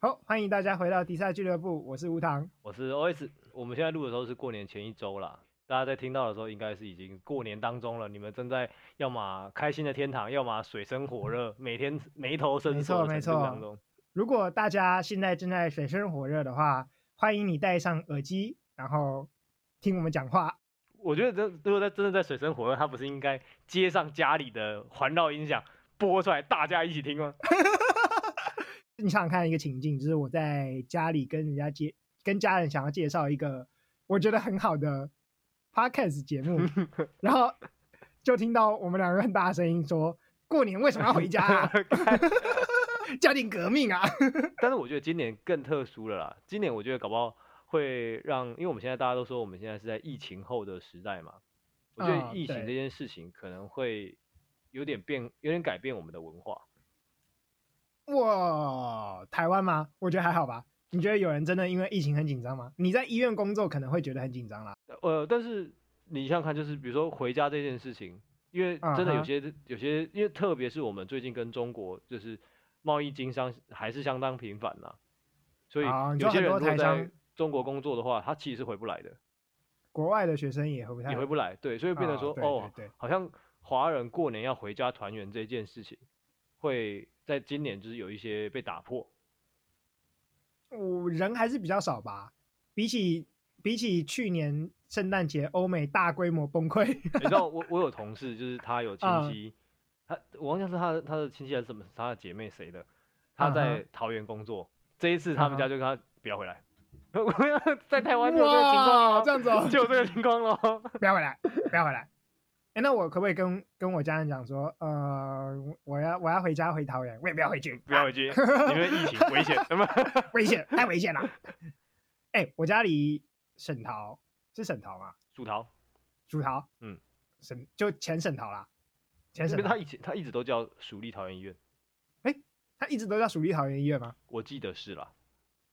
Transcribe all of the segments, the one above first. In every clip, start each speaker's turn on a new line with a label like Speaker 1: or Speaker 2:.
Speaker 1: 好，欢迎大家回到迪赛俱乐部，我是吴糖。
Speaker 2: 我是 OS，我们现在录的时候是过年前一周啦，大家在听到的时候应该是已经过年当中了，你们正在要么开心的天堂，要么水深火热，每天眉头深锁
Speaker 1: 没
Speaker 2: 的
Speaker 1: 错
Speaker 2: 程
Speaker 1: 没
Speaker 2: 度
Speaker 1: 错
Speaker 2: 当中。
Speaker 1: 如果大家现在正在水深火热的话，欢迎你戴上耳机，然后听我们讲话。
Speaker 2: 我觉得这如果在真的在水深火热，他不是应该接上家里的环绕音响播出来，大家一起听吗？
Speaker 1: 你想想看一个情境，就是我在家里跟人家介跟家人想要介绍一个我觉得很好的 podcast 节目，然后就听到我们两个很大的声音说：“过年为什么要回家、 啊？ 家庭革命啊
Speaker 2: 但是我觉得今年更特殊了啦，今年我觉得搞不好会让，因为我们现在大家都说我们现在是在疫情后的时代嘛，我觉
Speaker 1: 啊
Speaker 2: 得疫情
Speaker 1: 对
Speaker 2: 这件事情可能会有点变，有点改变我们的文化。！”
Speaker 1: 哇，台湾吗？我觉得还好吧。你觉得有人真的因为疫情很紧张吗？你在医院工作可能会觉得很紧张啦。
Speaker 2: 呃，但是你想想看，就是比如说回家这件事情，因为真
Speaker 1: 啊
Speaker 2: 的有
Speaker 1: 哈
Speaker 2: 些、有些，因为特别是我们最近跟中国就是贸易经商还是相当频繁呐、所以
Speaker 1: 啊你
Speaker 2: 有
Speaker 1: 说
Speaker 2: 些
Speaker 1: 很
Speaker 2: 人
Speaker 1: 多
Speaker 2: 如果
Speaker 1: 台
Speaker 2: 在
Speaker 1: 商
Speaker 2: 中国工作的话，他其实是回不来的。
Speaker 1: 国外的学生也回不太
Speaker 2: 也回不来，对，所以变成
Speaker 1: 啊
Speaker 2: 说，
Speaker 1: 对
Speaker 2: 哦，
Speaker 1: 对对
Speaker 2: 好像华人过年要回家团圆这件事情，会在今年就是有一些被打破。
Speaker 1: 我人还是比较少吧，比起比起去年圣诞节欧美大规模崩溃，
Speaker 2: 你知道，我我有同事，就是他有
Speaker 1: 嗯
Speaker 2: 亲戚，他我忘记是他的他的亲戚还是什么，他的姐妹谁的，他
Speaker 1: 嗯
Speaker 2: 在桃园工作，这一次他们
Speaker 1: 嗯
Speaker 2: 家就跟他不要回来， 我要在 台湾就有这个情况
Speaker 1: 哇，
Speaker 2: 了
Speaker 1: 这，样子、哦，
Speaker 2: 就有这个情况了。
Speaker 1: 不要回来，不要回来。哎，那我可不可以跟跟我家人讲说，呃，我要我要回家回桃园，我也不要回去，
Speaker 2: 不要回去，因为疫情 危险。那么，
Speaker 1: 危险，太危险 了。哎，我家离沈桃是沈桃吗？
Speaker 2: 主桃，
Speaker 1: 主桃，
Speaker 2: 嗯，
Speaker 1: 沈就前沈桃啦，前
Speaker 2: 因
Speaker 1: 沈
Speaker 2: 为
Speaker 1: 桃
Speaker 2: 他，以前他一直都叫蜀立桃园医院，
Speaker 1: 他一直都叫蜀立桃园医院吗？
Speaker 2: 我记得是啦。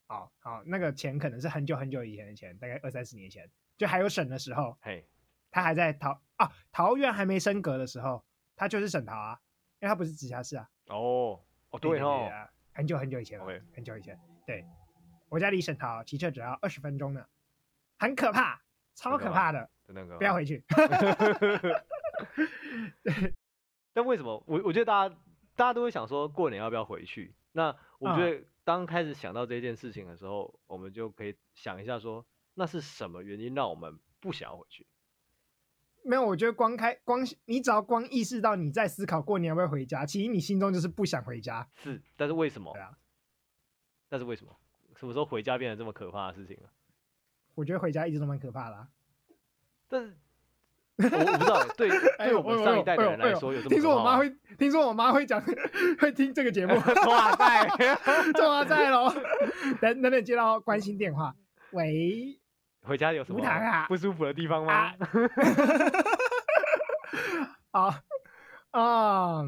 Speaker 1: 好好，那个钱可能是很久很久以前的钱，大概二三十年前，就还有省的时候，
Speaker 2: 嘿，
Speaker 1: 他还在桃啊桃园还没升格的时候，他就是省桃啊，因为他不是直辖市啊。
Speaker 2: 哦，哦对哦，
Speaker 1: 啊很久很久以前了
Speaker 2: OK
Speaker 1: 很久以前。对，我家离省桃骑车只要二十分钟呢，很可怕，超可怕的，啊
Speaker 2: 真的很可
Speaker 1: 不要
Speaker 2: 怕
Speaker 1: 回去。
Speaker 2: 但为什么我我觉得大家大家都会想说过年要不要回去？那我
Speaker 1: 嗯
Speaker 2: 觉得当开始想到这件事情的时候，我们就可以想一下说，那是什么原因让我们不想要回去？
Speaker 1: 没有，我觉得光开光，你只要光意识到你在思考过年要不要回家，其实你心中就是不想回家。
Speaker 2: 是，但是为什么？
Speaker 1: 对啊
Speaker 2: 但是为什么？什么时候回家变成这么可怕的事情了？
Speaker 1: 我觉得回家一直都蛮可怕的、啊。
Speaker 2: 但是我我不知道，欸 对
Speaker 1: 哎
Speaker 2: 对
Speaker 1: 呦
Speaker 2: 我们
Speaker 1: 哎呦
Speaker 2: 上一代的人
Speaker 1: 哎呦哎
Speaker 2: 来
Speaker 1: 呦
Speaker 2: 说有这么
Speaker 1: 听说
Speaker 2: 可
Speaker 1: 我妈
Speaker 2: 怕吗？
Speaker 1: 会，听说我妈会讲， 会听这个节目，
Speaker 2: 哇塞！
Speaker 1: 这么在喽。 等等等接到关心电话，喂
Speaker 2: 回家有什
Speaker 1: 无
Speaker 2: 么
Speaker 1: 糖啊
Speaker 2: 不舒服的地方吗
Speaker 1: 啊？，好，嗯，啊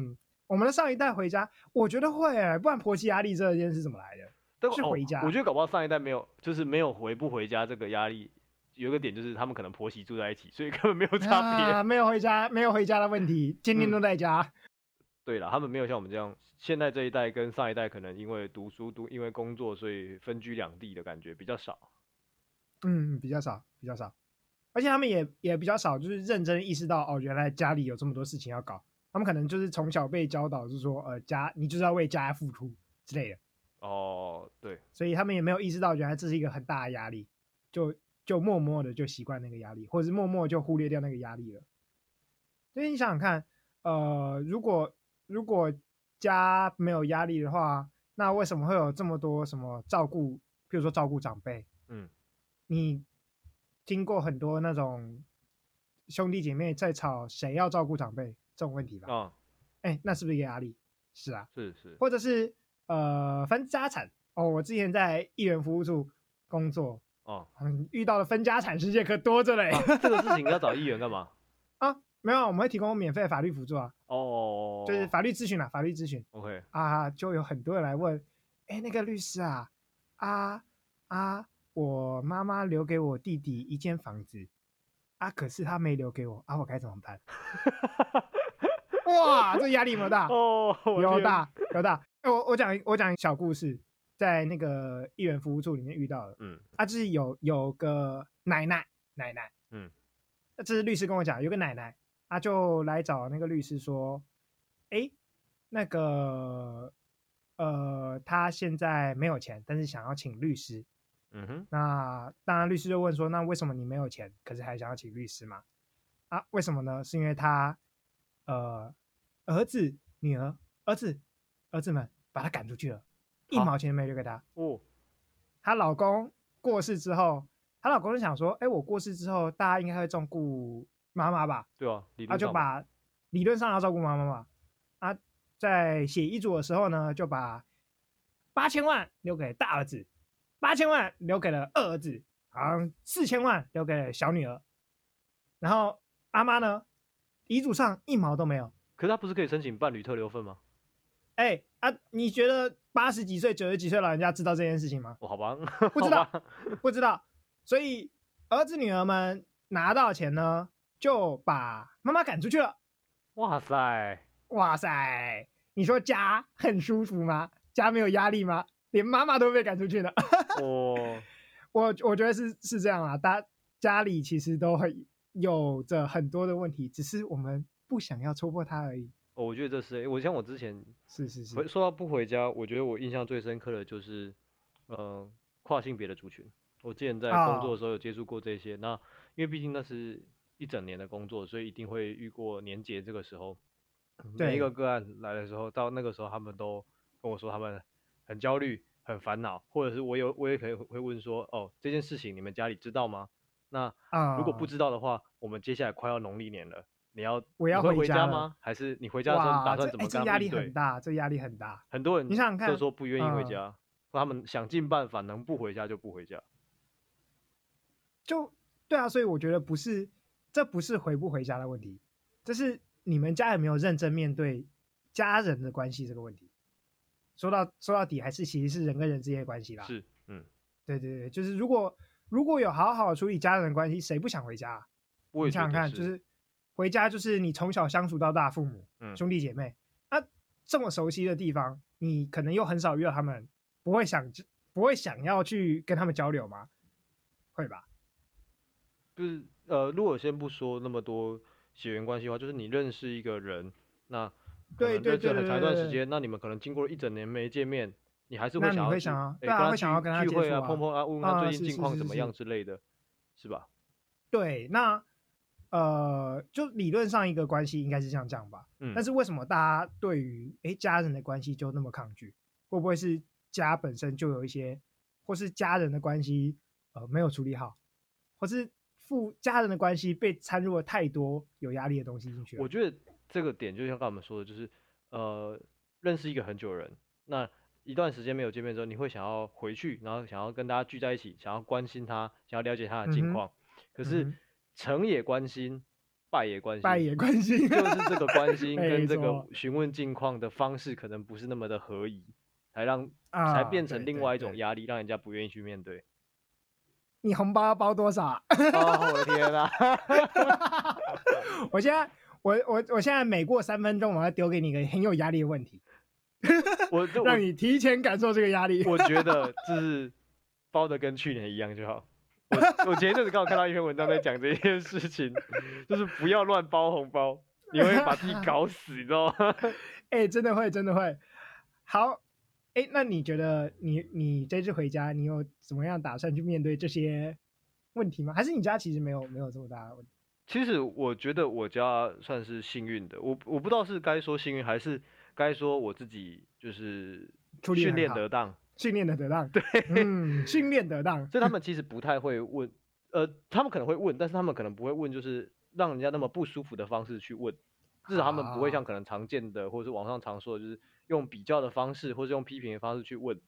Speaker 1: 我们的上一代回家，我觉得会、欸，不然婆媳压力这件事怎么来的？
Speaker 2: 但
Speaker 1: 是
Speaker 2: 哦
Speaker 1: 回家
Speaker 2: 我觉得搞不好上一代没有，就是没有回不回家这个压力。有一个点就是他们可能婆媳住在一起，所以根本没有差别。嗯
Speaker 1: 啊，没有回家，没有回家的问题，天天都在家。
Speaker 2: 对了，他们没有像我们这样，现在这一代跟上一代可能因为读书、读因为工作，所以分居两地的感觉比较少。
Speaker 1: 嗯比较少，比较少，而且他们也也比较少，就是认真意识到哦，原来家里有这么多事情要搞。他们可能就是从小被教导，就是说，呃，家你就是要为家付出之类的，
Speaker 2: 哦，对，
Speaker 1: 所以他们也没有意识到，原来这是一个很大的压力，就就默默的就习惯那个压力，或者是默默地就忽略掉那个压力了。所以你想想看，呃，如果如果家没有压力的话，那为什么会有这么多什么照顾，譬如说照顾长辈？
Speaker 2: 嗯，
Speaker 1: 你听过很多那种兄弟姐妹在吵谁要照顾长辈这种问题吧？
Speaker 2: 啊、
Speaker 1: 哎、那是不是一个压力？是啊，
Speaker 2: 是是，
Speaker 1: 或者是呃分家产哦。我之前在艺人服务处工作，
Speaker 2: 哦、
Speaker 1: 嗯，遇到了分家产事件可多着嘞
Speaker 2: 啊这个事情要找议员干嘛？
Speaker 1: 啊 没有，我们会提供免费的法律辅助啊，
Speaker 2: 哦，
Speaker 1: 就是法律咨询啊，法律咨询
Speaker 2: OK，
Speaker 1: 啊，就有很多人来问，哎，那个律师啊，啊啊，我妈妈留给我弟弟一间房子啊，可是他没留给我啊，我该怎么办？哇，这压力有没有大？
Speaker 2: 哦，我
Speaker 1: 有
Speaker 2: 天，
Speaker 1: 大有大。哎、我我讲一我讲一小故事，在那个议员服务处里面遇到的，
Speaker 2: 嗯
Speaker 1: 啊，就是有有个奶奶奶奶，
Speaker 2: 嗯，
Speaker 1: 那这是律师跟我讲，有个奶奶，啊，就来找那个律师说，哎，那个呃，他现在没有钱，但是想要请律师，
Speaker 2: 嗯哼，
Speaker 1: 那当然，律师就问说：“那为什么你没有钱，可是还想要请律师嘛？”啊，为什么呢？是因为他呃，儿子、女儿、儿子、儿子们把他赶出去了，一
Speaker 2: 好
Speaker 1: 毛钱没留给他。
Speaker 2: 哦，
Speaker 1: 她老公过世之后，她老公就想说：“哎，我过世之后，大家应该会照顾妈妈吧？
Speaker 2: 对啊，理
Speaker 1: 啊，
Speaker 2: 论
Speaker 1: 就
Speaker 2: 上嘛，
Speaker 1: 把理论上要照顾妈妈嘛。啊，在写遗嘱的时候呢，就把八千万留给大儿子，八千万留给了二儿子，好像四千万留给了小女儿。然后阿妈呢，遗嘱上一毛都没有。
Speaker 2: 可是他不是可以申请伴侣特留份吗？
Speaker 1: 哎啊，你觉得八十几岁、九十几岁老人家知道这件事情吗？
Speaker 2: 哦，好吧，
Speaker 1: 不
Speaker 2: 好
Speaker 1: 知道
Speaker 2: 吧，
Speaker 1: 不知道。所以儿子女儿们拿到钱呢，就把妈妈赶出去了。
Speaker 2: 哇塞，
Speaker 1: 哇塞，你说家很舒服吗？家没有压力吗？连妈妈都被赶出去了。
Speaker 2: 哦，
Speaker 1: 我我觉得是是这样啊，大家里其实都很有着很多的问题，只是我们不想要戳破它而已。
Speaker 2: 哦我觉得这是，我像我之前
Speaker 1: 是是是
Speaker 2: 回，说到不回家，我觉得我印象最深刻的就是，呃，跨性别的族群。我之前在工作
Speaker 1: 哦
Speaker 2: 的时候有接触过这些，那因为毕竟那是一整年的工作，所以一定会遇过年节这个时候，每一
Speaker 1: 对
Speaker 2: 个个案来的时候，到那个时候他们都跟我说他们很焦虑、很烦恼，或者是我有我也可以会问说，哦，这件事情你们家里知道吗？那
Speaker 1: 啊、
Speaker 2: 如果不知道的话，我们接下来快要农历年了，你要
Speaker 1: 我
Speaker 2: 你
Speaker 1: 要
Speaker 2: 会
Speaker 1: 回
Speaker 2: 回
Speaker 1: 家
Speaker 2: 家
Speaker 1: 了
Speaker 2: 吗？还是你回家的时候你
Speaker 1: 哇，
Speaker 2: 打
Speaker 1: 这
Speaker 2: 算怎
Speaker 1: 哎
Speaker 2: 么跟
Speaker 1: 这
Speaker 2: 他
Speaker 1: 压
Speaker 2: 们
Speaker 1: 力
Speaker 2: 应对
Speaker 1: 很大，这压力很大。
Speaker 2: 很多人
Speaker 1: 你想想看
Speaker 2: 都说不愿意回
Speaker 1: 嗯
Speaker 2: 家，他们想尽办法能不回家就不回家。
Speaker 1: 就对啊，所以我觉得不是，这不是回不回家的问题，这是你们家有没有认真面对家人的关系这个问题。说到说到底，还是其实是人跟人之间的关系啦。，
Speaker 2: 是，嗯，
Speaker 1: 对对对，就是如果如果有好好处理家人的关系，谁不想回家啊？
Speaker 2: 我也
Speaker 1: 你
Speaker 2: 觉
Speaker 1: 想想
Speaker 2: 得
Speaker 1: 看，就是回家就是你从小相处到大，父母、
Speaker 2: 嗯
Speaker 1: 兄弟姐妹，那、这么熟悉的地方，你可能又很少遇到他们，不会想不会想要去跟他们交流吗？会吧？
Speaker 2: 就是呃，如果先不说那么多血缘关系的话，就是你认识一个人，那可
Speaker 1: 对
Speaker 2: 能
Speaker 1: 对
Speaker 2: 认识
Speaker 1: 对
Speaker 2: 了很
Speaker 1: 对
Speaker 2: 长一段
Speaker 1: 对
Speaker 2: 时
Speaker 1: 对
Speaker 2: 间，那你们可能经过了一整年没见面，你还是
Speaker 1: 那
Speaker 2: 会
Speaker 1: 你
Speaker 2: 想要
Speaker 1: 会
Speaker 2: 去
Speaker 1: 想啊
Speaker 2: 哎
Speaker 1: 对啊
Speaker 2: 跟
Speaker 1: 会想要
Speaker 2: 聚
Speaker 1: 跟他
Speaker 2: 聚
Speaker 1: 接
Speaker 2: 会
Speaker 1: 触
Speaker 2: 啊，
Speaker 1: 啊
Speaker 2: 碰碰啊，问问他
Speaker 1: 啊
Speaker 2: 最
Speaker 1: 是
Speaker 2: 近
Speaker 1: 是
Speaker 2: 近况
Speaker 1: 是
Speaker 2: 怎
Speaker 1: 是
Speaker 2: 么
Speaker 1: 是
Speaker 2: 样之类的，是吧？
Speaker 1: 对，那呃，就理论上一个关系应该是像这样吧。
Speaker 2: 嗯，
Speaker 1: 但是为什么大家对于诶家人的关系就那么抗拒？会不会是家本身就有一些，或是家人的关系呃没有处理好，或是父家人的关系被掺入了太多有压力的东西进去了？
Speaker 2: 我觉得这个点就像刚才我们说的，就是呃，认识一个很久的人，那一段时间没有见面之后，你会想要回去，然后想要跟大家聚在一起，想要关心他，想要了解他
Speaker 1: 嗯
Speaker 2: 的近
Speaker 1: 哼
Speaker 2: 况。可
Speaker 1: 嗯
Speaker 2: 是
Speaker 1: 哼
Speaker 2: 成也关心，败也关心，
Speaker 1: 拜也关系
Speaker 2: 就是这个 关心跟
Speaker 1: 没
Speaker 2: 这个
Speaker 1: 错
Speaker 2: 询问近况的方式，可能不是那么的合宜，才让
Speaker 1: 啊，
Speaker 2: 才变成
Speaker 1: 对
Speaker 2: 另
Speaker 1: 对
Speaker 2: 外一种
Speaker 1: 对
Speaker 2: 压力，让人家不愿意去 面对。
Speaker 1: 你红包要包多少啊？
Speaker 2: 哦，我的天啊！
Speaker 1: 我现在我我我现在每过三分钟，我要丢给你一个很有压力的问题，
Speaker 2: 我就我
Speaker 1: 让你提前感受这个压 力。
Speaker 2: 我觉得就是包的跟去年一样就好。我我前一阵子刚好看到一篇文章在讲这件事情，就是不要乱包红包，你会把自己搞死，你知道吗？
Speaker 1: 哎、真的会，真的会。好，哎、那你觉得你你这次回家，你有怎么样打算去面对这些问题吗？还是你家其实没有没有这么大的问题？
Speaker 2: 其实我觉得我家算是幸运的，我我不知道是该说幸运还是该说我自己就是
Speaker 1: 处理得
Speaker 2: 训
Speaker 1: 很
Speaker 2: 练
Speaker 1: 好
Speaker 2: 得当，
Speaker 1: 训练的得当，对，嗯，训练得当，
Speaker 2: 所以他们其实不太会问，呃，他们可能会问，但是他们可能不会问，就是让人家那么不舒服的方式去问，至少他们不会像
Speaker 1: 啊
Speaker 2: 可能常见的或者是网上常说的，就是用比较的方式或是用批评的方式去问。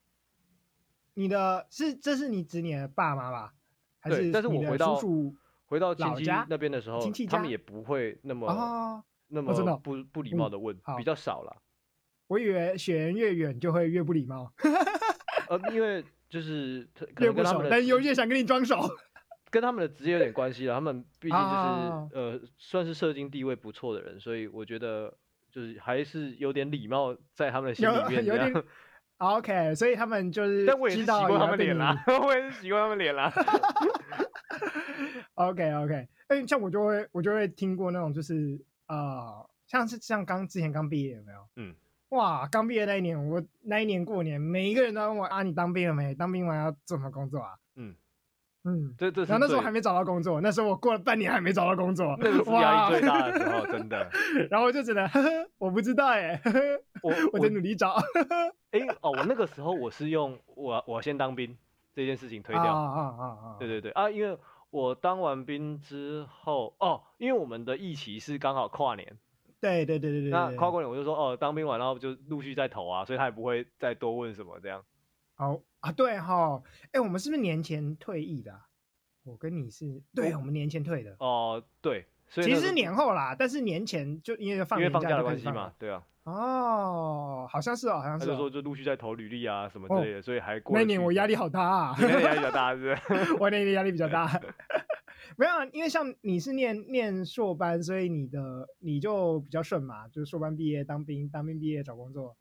Speaker 1: 你的是这是你指你的爸妈吧？还
Speaker 2: 对
Speaker 1: 是
Speaker 2: 但是
Speaker 1: 你
Speaker 2: 我
Speaker 1: 的
Speaker 2: 回到
Speaker 1: 叔叔
Speaker 2: 回到亲
Speaker 1: 老
Speaker 2: 戚
Speaker 1: 家
Speaker 2: 那边的时候
Speaker 1: 亲戚，
Speaker 2: 他
Speaker 1: 家
Speaker 2: 们也不会那么、
Speaker 1: 哦，
Speaker 2: 那
Speaker 1: 哦真的
Speaker 2: 么
Speaker 1: 哦
Speaker 2: 不不礼
Speaker 1: 嗯
Speaker 2: 貌的问，
Speaker 1: 好
Speaker 2: 比较少了。
Speaker 1: 我以为血缘越远就会越不礼貌，
Speaker 2: 呃，因为就是他可
Speaker 1: 越
Speaker 2: 能
Speaker 1: 不
Speaker 2: 跟他
Speaker 1: 熟
Speaker 2: 们，的
Speaker 1: 但又
Speaker 2: 职
Speaker 1: 越想跟你装熟。
Speaker 2: 跟他们的职业有点关系了，他们毕竟就是、
Speaker 1: 啊
Speaker 2: 呃算是社经地位不错的人，所以我觉得就是还是有点礼貌在他们的心
Speaker 1: 有
Speaker 2: 里面
Speaker 1: 有
Speaker 2: 这
Speaker 1: 点
Speaker 2: 样。
Speaker 1: OK，所以他们就是
Speaker 2: 但我也是
Speaker 1: 知
Speaker 2: 习
Speaker 1: 道
Speaker 2: 惯
Speaker 1: 也
Speaker 2: 他
Speaker 1: 要
Speaker 2: 们
Speaker 1: 对
Speaker 2: 脸
Speaker 1: 你
Speaker 2: 啦， 我也是习惯他们脸啦。
Speaker 1: OK OK，哎、像我就会我就会听过那种就是呃，像是像刚之前刚毕业有没有？
Speaker 2: 嗯，
Speaker 1: 哇，刚毕业那一年，我那一年过年，每一个人都要问我啊，你当兵了没？当兵完要做什么工作啊？
Speaker 2: 嗯
Speaker 1: 嗯，
Speaker 2: 这这是
Speaker 1: 然后那时候
Speaker 2: 最
Speaker 1: 还没找到工作，那时候我过了半年还没找到工作，
Speaker 2: 那个是
Speaker 1: 哇，
Speaker 2: 压力最大的时候，真的。
Speaker 1: 然后我就只能呵呵，我不知道哎、呵呵，
Speaker 2: 我
Speaker 1: 我在努力找，
Speaker 2: 哎、哦，我那个时候我是用我我先当兵这件事情推
Speaker 1: 啊
Speaker 2: 掉，
Speaker 1: 啊啊啊！
Speaker 2: 对对对啊，因为我当完兵之后，哦，因为我们的疫期是刚好跨年，
Speaker 1: 对对对对对，
Speaker 2: 那
Speaker 1: 对
Speaker 2: 跨过年我就说哦，当兵完然后就陆续再投啊，所以他也不会再多问什么这样。
Speaker 1: 好啊，对哈，哎，我们是不是年前退役的啊、我跟你是对，
Speaker 2: 我
Speaker 1: 我们年前退的，
Speaker 2: 哦，对，所以
Speaker 1: 其
Speaker 2: 那
Speaker 1: 实是
Speaker 2: 时
Speaker 1: 年后啦，但是年前就因为放
Speaker 2: 因为
Speaker 1: 年
Speaker 2: 放假的
Speaker 1: 就开
Speaker 2: 关
Speaker 1: 始
Speaker 2: 系
Speaker 1: 放
Speaker 2: 嘛
Speaker 1: 了，，
Speaker 2: 对啊，
Speaker 1: 哦，好像是哦，好像
Speaker 2: 他
Speaker 1: 是、
Speaker 2: 就说
Speaker 1: 哦。
Speaker 2: 就陆续再投履历啊什么之类的，所以还过
Speaker 1: 那
Speaker 2: 得
Speaker 1: 一年
Speaker 2: 去
Speaker 1: 我压力好大、 啊，
Speaker 2: 你那个压力比较大， 是不是？
Speaker 1: 我那一年压力比较 大。没有啊，因为像你是念念硕班，所以你的你就比较顺嘛，就是硕班毕业当兵，当兵毕业找工作。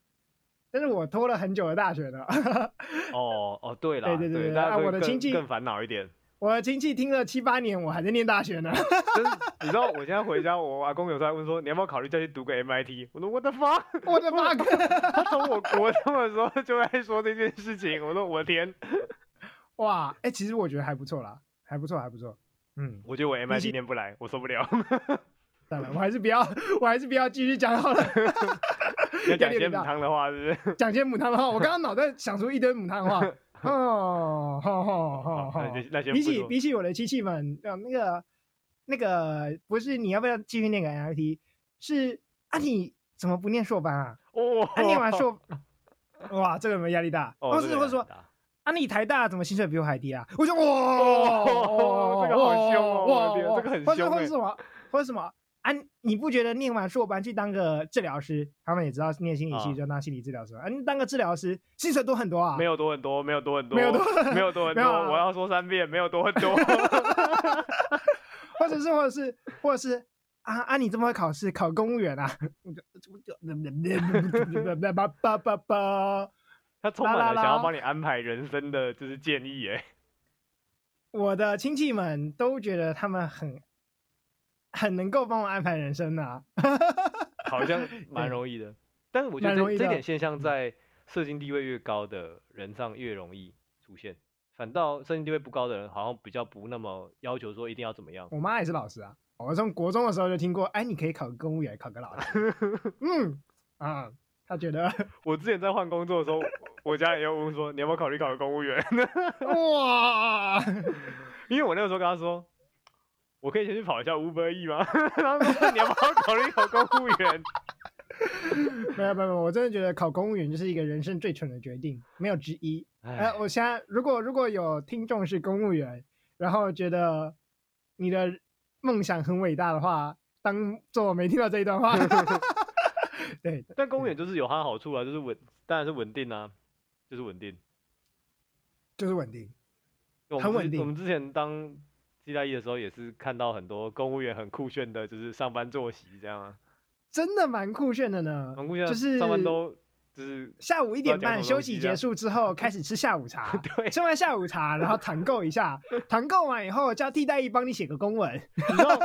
Speaker 1: 但是我拖了很久的大学呢，
Speaker 2: 哦哦，对啦，
Speaker 1: 对对对对
Speaker 2: 大家
Speaker 1: 啊
Speaker 2: 会
Speaker 1: 我的
Speaker 2: 更
Speaker 1: 亲戚
Speaker 2: 更烦恼一点。
Speaker 1: 我的亲戚听了七八年，我还在念大学呢。
Speaker 2: 真是，你知道我现在回家，我阿公有时候还问说，你要不要考虑再去读个 MIT？我说我的妈！
Speaker 1: 我的妈哥！
Speaker 2: 他从我国中的时候就在说这件事情，我说我的天，
Speaker 1: 哇，哎、其实我觉得还不错啦，还不错，还不错。嗯，
Speaker 2: 我觉得我
Speaker 1: 你是
Speaker 2: MIT 念不来，我受 不了。
Speaker 1: 算了，我还是不要，我还是不要继续讲好了。
Speaker 2: 要讲
Speaker 1: 压力有
Speaker 2: 些
Speaker 1: 点
Speaker 2: 母
Speaker 1: 大
Speaker 2: 汤的话，是 不是？
Speaker 1: 讲些母汤的话，我刚刚脑袋想出一堆母汤话。哦，好好好
Speaker 2: 好
Speaker 1: 好。
Speaker 2: 那就那先
Speaker 1: 比
Speaker 2: 不
Speaker 1: 起
Speaker 2: 说
Speaker 1: 比起我的亲戚们，呃那个那个不是你要不要继续念个 NFT？是啊，你怎么不念硕班啊？
Speaker 2: 哦，
Speaker 1: 啊，念完 硕，哇，这个有没有压力大？
Speaker 2: 哦，
Speaker 1: 或
Speaker 2: 这
Speaker 1: 是
Speaker 2: 个
Speaker 1: 或者
Speaker 2: 很
Speaker 1: 说
Speaker 2: 大，
Speaker 1: 啊，你台大怎么薪水比我还低啊？我就哇，
Speaker 2: 哦这个好凶哦我的
Speaker 1: 哇
Speaker 2: 天
Speaker 1: 哇
Speaker 2: 这个很
Speaker 1: 或者
Speaker 2: 凶
Speaker 1: 或者
Speaker 2: 欸
Speaker 1: 什么，或者什么啊？你不觉得念完硕班去当个治疗师，他们也知道念心理系
Speaker 2: 啊
Speaker 1: 就当心理治疗师嘛啊？你当个治疗师薪水多很多啊？
Speaker 2: 没有多很多，没有多很多，
Speaker 1: 没有多
Speaker 2: 没有多很
Speaker 1: 没
Speaker 2: 多，
Speaker 1: 有啊
Speaker 2: 我要说三遍，没有多很 多。
Speaker 1: 或者是或者是或者是啊啊，你这么会考试，考公务员啊？我就我就叭叭叭叭，
Speaker 2: 他充满
Speaker 1: 啦
Speaker 2: 了
Speaker 1: 啦
Speaker 2: 想要
Speaker 1: 啦
Speaker 2: 帮你安排人生的就是建 议，哎，
Speaker 1: 我的亲戚们都觉得他们很很能够帮我安排人生呐、
Speaker 2: 好像蛮
Speaker 1: 对
Speaker 2: 容易的。但是我觉
Speaker 1: 蛮
Speaker 2: 得
Speaker 1: 容易
Speaker 2: 这这
Speaker 1: 的
Speaker 2: 点现象在社经地位越高的人上越容易出现，反倒社经地位不高的人好像比较不那么要求说一定要怎么样。
Speaker 1: 我妈也是老师啊，我从国中的时候就听过，哎，你可以考个公务员，考个老师。 嗯啊，她觉得
Speaker 2: 我之前在换工作的时候， 我家人又问说你要不要考虑考个公务员，
Speaker 1: 哇，
Speaker 2: 因为我那个时候跟他说。我可以先去跑一下 Uber E 吗？ 然后说你要不要考虑考公务员？
Speaker 1: 没有没有，没有，我真的觉得考公务员就是一个人生最蠢的决定，没有之一。哎、
Speaker 2: 哎，
Speaker 1: 我现在如果如果有听众是公务员，然后觉得你的梦想很伟大的话，当做我没听到这一段话。 对，
Speaker 2: 但公务员就是有它的好处啊，就是稳，当然是稳定啊，就是稳定。
Speaker 1: 就是稳定。
Speaker 2: 我们
Speaker 1: 很
Speaker 2: 之
Speaker 1: 稳定
Speaker 2: 我们之前当替代役的时候，也是看到很多公务员很酷炫的，就是上班作息这样啊，
Speaker 1: 真的蛮酷炫的呢。
Speaker 2: 很酷炫啊，
Speaker 1: 就是
Speaker 2: 上班都 就是
Speaker 1: 下午一点半
Speaker 2: 不知道讲什么
Speaker 1: 休
Speaker 2: 东西，
Speaker 1: 息结束之后，开始吃下午茶
Speaker 2: 对，
Speaker 1: 吃完下午茶，然后团购一 下，团购完以后叫替代役帮你写个公文，
Speaker 2: 你知道，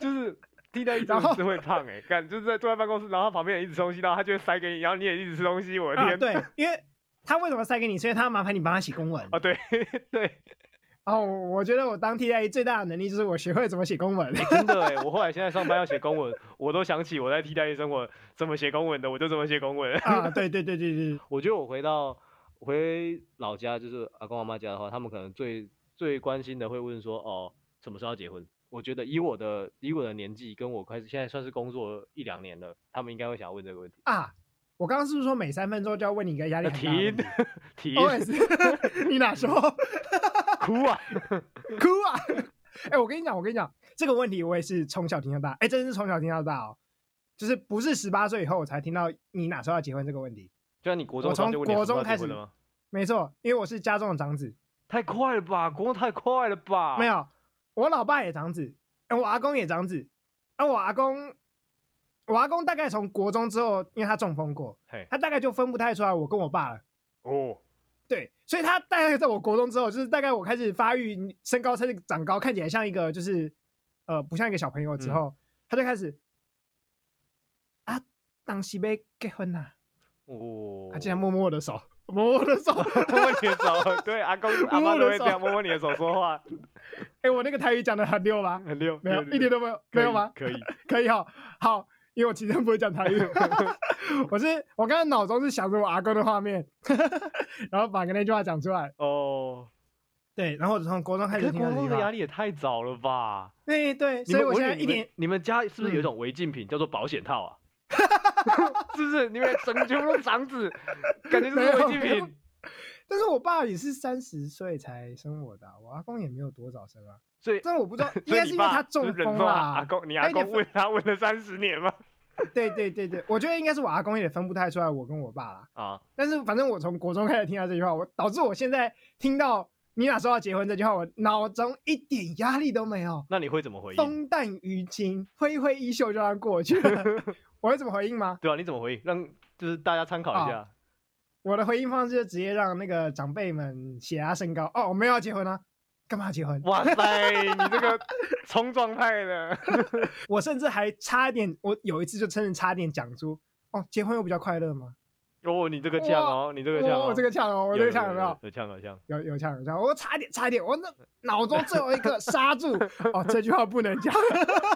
Speaker 2: 就是替代役真
Speaker 1: 然后
Speaker 2: 的是会胖哎、欸，干就是在坐在办公室，然后他旁边人一直吃东西，然后他就会塞给你，然后你也一直吃东西，我的
Speaker 1: 啊，
Speaker 2: 天，
Speaker 1: 对，因为他为什么塞给你？所以他要麻烦你帮他写公 文。
Speaker 2: 啊对对，
Speaker 1: 然后我觉得我当替代役最大的能力就是我学会怎么写公 文。
Speaker 2: 真的哎、我后来现在上班要写公文，我都想起我在替代役生活怎么写公文的，我就怎么写公文。
Speaker 1: 啊，对对对对对，
Speaker 2: 我觉得我回到回老家，就是阿公阿妈家的话，他们可能最最关心的会问说，哦，什么时候要结婚？我觉得以我的以我的年纪，跟我开始现在算是工作一两年了，他们应该会想要问这个问题。
Speaker 1: 啊，我刚刚是不是说每三分钟就要问你一个压力很，Oh 大的问题
Speaker 2: 停停，
Speaker 1: ？OS，你哪 时候
Speaker 2: 哭啊！
Speaker 1: 哭啊？哎、我跟你讲，我跟你讲，这个问题我也是从小听到大，哎、真的是从小听到大哦，就是不是十八岁以后我才听到你哪时候要结婚这个问题。
Speaker 2: 就像你国中
Speaker 1: 我
Speaker 2: 的时候
Speaker 1: 从
Speaker 2: 就问你
Speaker 1: 国
Speaker 2: 什
Speaker 1: 中
Speaker 2: 么时候
Speaker 1: 开
Speaker 2: 要结婚
Speaker 1: 始
Speaker 2: 了吗？
Speaker 1: 没错，因为我是家中的长子，
Speaker 2: 太快了吧，国中太快了吧？
Speaker 1: 没，有，我老爸也长子，哎我阿公也长子，啊，我阿公，我阿公大概从国中之后，因为他中风过
Speaker 2: 嘿，
Speaker 1: 他大概就分不太出来我跟我爸了，
Speaker 2: 哦，
Speaker 1: 对，所以他大概在我国中之后，就是大概我开始发育、身高开始长高，看起来像一个就是呃不像一个小朋友之
Speaker 2: 嗯
Speaker 1: 后，他就开始啊，当时被结婚啦、
Speaker 2: 哦，
Speaker 1: 他竟然摸摸我的手，摸我的手，
Speaker 2: 摸摸你的手，对，阿公阿妈都会这样摸摸你的手说话，
Speaker 1: 哎、我那个台语讲的很溜吧？
Speaker 2: 很溜，
Speaker 1: 没有，
Speaker 2: 对
Speaker 1: 一点都没有，没有吗？
Speaker 2: 可以，可以
Speaker 1: 可以哈，好，因为我其实不会讲台语， 我是我刚刚脑中是想着我阿公的画面，然后把那句话讲出来。
Speaker 2: 哦。
Speaker 1: 对，然后我从国中开始
Speaker 2: 可是
Speaker 1: 听
Speaker 2: 国
Speaker 1: 到这
Speaker 2: 中
Speaker 1: 句
Speaker 2: 的压
Speaker 1: 话。
Speaker 2: 力也太早了吧？
Speaker 1: 对对，
Speaker 2: 你
Speaker 1: 所以
Speaker 2: 们
Speaker 1: 我现
Speaker 2: 以
Speaker 1: 在一
Speaker 2: 为你们
Speaker 1: 点
Speaker 2: 你们家是不是有一
Speaker 1: 嗯
Speaker 2: 种违禁品叫做保险 套啊？是不是？你们整全部都长子，感觉就
Speaker 1: 没
Speaker 2: 是
Speaker 1: 有
Speaker 2: 违禁
Speaker 1: 没有
Speaker 2: 品。
Speaker 1: 但是我爸也是三十岁才生我的啊、我阿公也没有多早生啊。
Speaker 2: 所以，
Speaker 1: 但我不 知道，应
Speaker 2: 所以
Speaker 1: 该
Speaker 2: 你
Speaker 1: 是因为
Speaker 2: 爸
Speaker 1: 他
Speaker 2: 就
Speaker 1: 中
Speaker 2: 忍啊
Speaker 1: 风
Speaker 2: 受
Speaker 1: 啦。哎
Speaker 2: 阿公，你
Speaker 1: 他
Speaker 2: 阿
Speaker 1: 有点
Speaker 2: 公问他问了三十年 吗？
Speaker 1: 对对对对，我觉得应该是我阿公有点分不太出来我跟我爸啦。
Speaker 2: 啊，
Speaker 1: 但是反正我从国中开始听到这句话，我导致我现在听到你俩说要结婚这句话，我脑中一点压力都没有，
Speaker 2: 那你会怎么回应？
Speaker 1: 风淡云轻，挥挥衣袖就让它过去 了。我会怎么回应吗？
Speaker 2: 对啊，你怎么回应？让就是大家参考一
Speaker 1: 啊
Speaker 2: 下。
Speaker 1: 我的回应方式就直接让那个长辈们血压升高。哦，我们要结婚啊，干嘛结婚？
Speaker 2: 哇塞，你这个冲撞派的，
Speaker 1: 我甚至还差一点，我有一次就真的差点讲出，哦，结婚有比较快乐吗？
Speaker 2: 哦，你这个呛哦，你这个呛
Speaker 1: 我
Speaker 2: 哦
Speaker 1: 我，这个呛哦，我这个呛有没有？
Speaker 2: 有呛有呛？
Speaker 1: 有有呛有呛，我差一点差一点，我那脑中最后一 刻刹住，哦，这句话不能讲，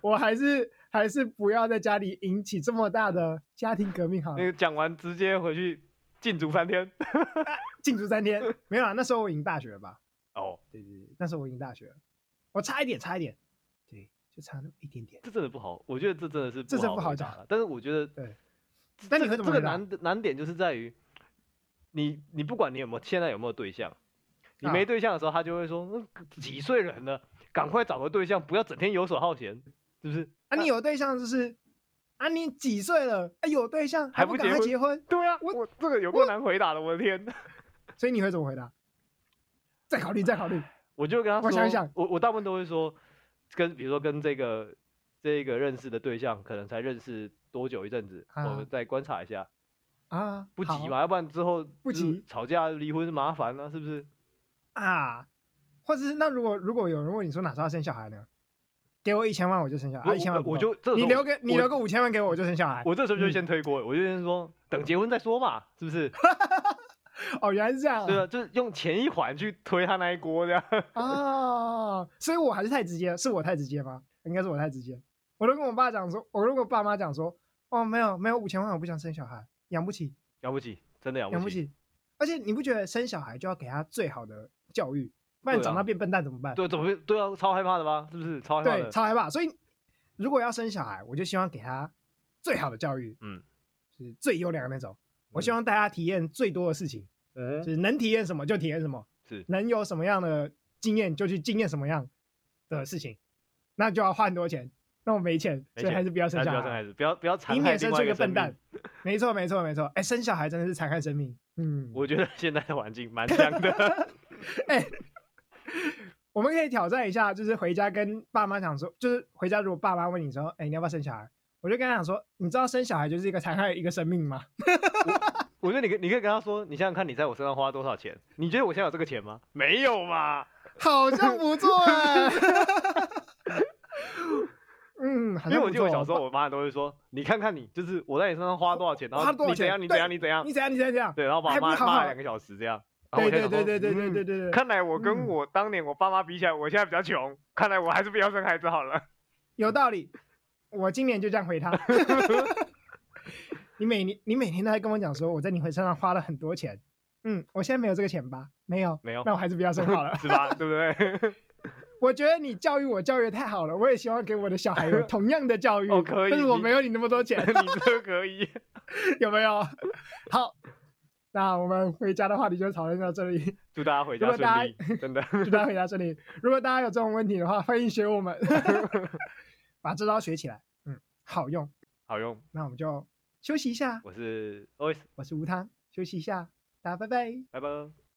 Speaker 1: 我还是还是不要在家里引起这么大的家庭革命好
Speaker 2: 那
Speaker 1: 了，
Speaker 2: 个讲完直接回去禁足三天。
Speaker 1: 禁足三天，没有啦，那时候我已经大学了吧？
Speaker 2: 哦，
Speaker 1: 对对对，那时候我已经大学了，我差一点差一点，对，就差那么一点点。
Speaker 2: 这真的不好，我觉得这真的是
Speaker 1: 这真
Speaker 2: 好
Speaker 1: 不好
Speaker 2: 回答
Speaker 1: 讲
Speaker 2: 啦。但是我觉得，
Speaker 1: 对
Speaker 2: 这，
Speaker 1: 那你会
Speaker 2: 这个
Speaker 1: 怎
Speaker 2: 这
Speaker 1: 么
Speaker 2: 个
Speaker 1: 回答
Speaker 2: 难难点就是在于，你你不管你有没有现在有没有对象，你
Speaker 1: 啊
Speaker 2: 没对象的时候，他就会说，嗯几岁人了，赶快找个对象，不要整天游手好闲，是不是？
Speaker 1: 啊，你有对象就是，啊，你几岁了？啊，有对象
Speaker 2: 还
Speaker 1: 不
Speaker 2: 不
Speaker 1: 赶
Speaker 2: 结
Speaker 1: 快
Speaker 2: 婚
Speaker 1: 结婚？
Speaker 2: 对啊，
Speaker 1: 我
Speaker 2: 我这个有够难回答的，我的天！
Speaker 1: 所以你会怎么回答？再
Speaker 2: 啊
Speaker 1: 考虑，再考虑。
Speaker 2: 我就跟他说，
Speaker 1: 我想想
Speaker 2: 我我大部分都会说，跟比如说跟这个这个认识的对象，可能才认识多久一阵子，我
Speaker 1: 啊
Speaker 2: 们再观察一下，
Speaker 1: 啊，
Speaker 2: 不急
Speaker 1: 好
Speaker 2: 嘛，要不然之后
Speaker 1: 不
Speaker 2: 就是
Speaker 1: 急
Speaker 2: 吵架离婚麻烦啊，是不是？
Speaker 1: 啊，或者是那如果如果有人问你说哪时候要生小孩呢？给我一千万我就生小孩，
Speaker 2: 我
Speaker 1: 啊一千万
Speaker 2: 我
Speaker 1: 不
Speaker 2: 我
Speaker 1: 够
Speaker 2: 就这
Speaker 1: 你
Speaker 2: 时候
Speaker 1: 留给你
Speaker 2: 我
Speaker 1: 留个五千万给我，我就生小孩。
Speaker 2: 我这时候就
Speaker 1: 嗯
Speaker 2: 先推锅，我就先说等结婚再说嘛，是不是？
Speaker 1: 哦，原来是这样
Speaker 2: 对
Speaker 1: 啊
Speaker 2: 啊，就是用前一环去推他那一锅这样。
Speaker 1: 哦，所以我还是太直接了，是我太直接吗？应该是我太直接。我都跟我爸讲说，我都跟我爸妈讲说，哦，没有没有五千万，我不想生小孩，养不起，
Speaker 2: 了不起，真的了
Speaker 1: 养
Speaker 2: 不
Speaker 1: 不
Speaker 2: 起。
Speaker 1: 起。而且你不觉得生小孩就要给他最好的教育，不然
Speaker 2: 对啊
Speaker 1: 长大变笨蛋怎么办？
Speaker 2: 对，怎么会对啊？超害怕的吧？是不是？超害怕
Speaker 1: 对，
Speaker 2: 的。
Speaker 1: 超害怕。所以如果要生小孩，我就希望给他最好的教育，
Speaker 2: 嗯，
Speaker 1: 就是最优良的那种。我
Speaker 2: 嗯
Speaker 1: 希望大家体验最多的事情，
Speaker 2: 嗯
Speaker 1: 就是能体验什么就体验什么，
Speaker 2: 是
Speaker 1: 能有什么样的经验就去经验什么样的事情，那就要花很多钱。那我没钱，
Speaker 2: 没
Speaker 1: 所以
Speaker 2: 钱
Speaker 1: 还是不要生
Speaker 2: 那就
Speaker 1: 小
Speaker 2: 不要生
Speaker 1: 孩，
Speaker 2: 孩子，不要不要残
Speaker 1: 以
Speaker 2: 害
Speaker 1: 免
Speaker 2: 另
Speaker 1: 生
Speaker 2: 外
Speaker 1: 出
Speaker 2: 一
Speaker 1: 个
Speaker 2: 个生
Speaker 1: 笨蛋
Speaker 2: 命。。
Speaker 1: 没错，没错，没错。哎，生小孩真的是残害生命。嗯，
Speaker 2: 我觉得现在的环境蛮像的。
Speaker 1: 哎、我们可以挑战一下，就是回家跟爸妈讲说，就是回家如果爸妈问你说，哎、你要不要生小孩？我就跟他讲说，你知道生小孩就是一个残害一个生命吗？
Speaker 2: 我觉得你可以你可以跟他说，你想想看，你在我身上花多少钱？你觉得我现在有这个钱吗？没有嘛。
Speaker 1: 好像不 错哎、嗯，好
Speaker 2: 因为
Speaker 1: 像
Speaker 2: 我
Speaker 1: 不
Speaker 2: 记得我
Speaker 1: 错
Speaker 2: 小时候，我妈都会说，你看看你，就是我在你身上花多少钱，然
Speaker 1: 花
Speaker 2: 后
Speaker 1: 多少
Speaker 2: 你怎样，
Speaker 1: 钱
Speaker 2: 你怎
Speaker 1: 对
Speaker 2: 样，你怎样
Speaker 1: 你，怎样？你怎样？怎样？
Speaker 2: 对，然后把我
Speaker 1: 还不
Speaker 2: 妈
Speaker 1: 好
Speaker 2: 骂
Speaker 1: 好
Speaker 2: 两个小时 这样。然后
Speaker 1: 对
Speaker 2: 我现在
Speaker 1: 对对对
Speaker 2: 想说
Speaker 1: 对对
Speaker 2: 嗯
Speaker 1: 对对对，
Speaker 2: 看来我跟
Speaker 1: 嗯
Speaker 2: 我当年我爸妈比起来，我现在比较穷。看来我还是不要生孩子好了。
Speaker 1: 有道理。我今年就这样回他。 你每年你每天都在跟我讲说我在你身上花了很多钱，嗯，我现在没有这个钱吧？ 没有，
Speaker 2: 没有
Speaker 1: 那我还是不要生好了。
Speaker 2: 是吧？对不对？
Speaker 1: 我觉得你教育我教育得太好了，我也希望给我的小孩 有同样的教育。
Speaker 2: 哦可以
Speaker 1: 但是我
Speaker 2: 你
Speaker 1: 没有你那么多钱，
Speaker 2: 你这个可以。
Speaker 1: 有没有？好，那我们回家的话题就讨论到这 里，
Speaker 2: 祝大家回家
Speaker 1: 如果大
Speaker 2: 顺
Speaker 1: 家
Speaker 2: 利，真的。
Speaker 1: 就到回家这里。如果大家有这种问题的话，欢迎学 我们，把这招学起来，嗯，好用。
Speaker 2: 好用，
Speaker 1: 那我们就休息一下，
Speaker 2: 我是 OS，
Speaker 1: 我是吴汤，休息一下，大家拜拜。
Speaker 2: 拜拜。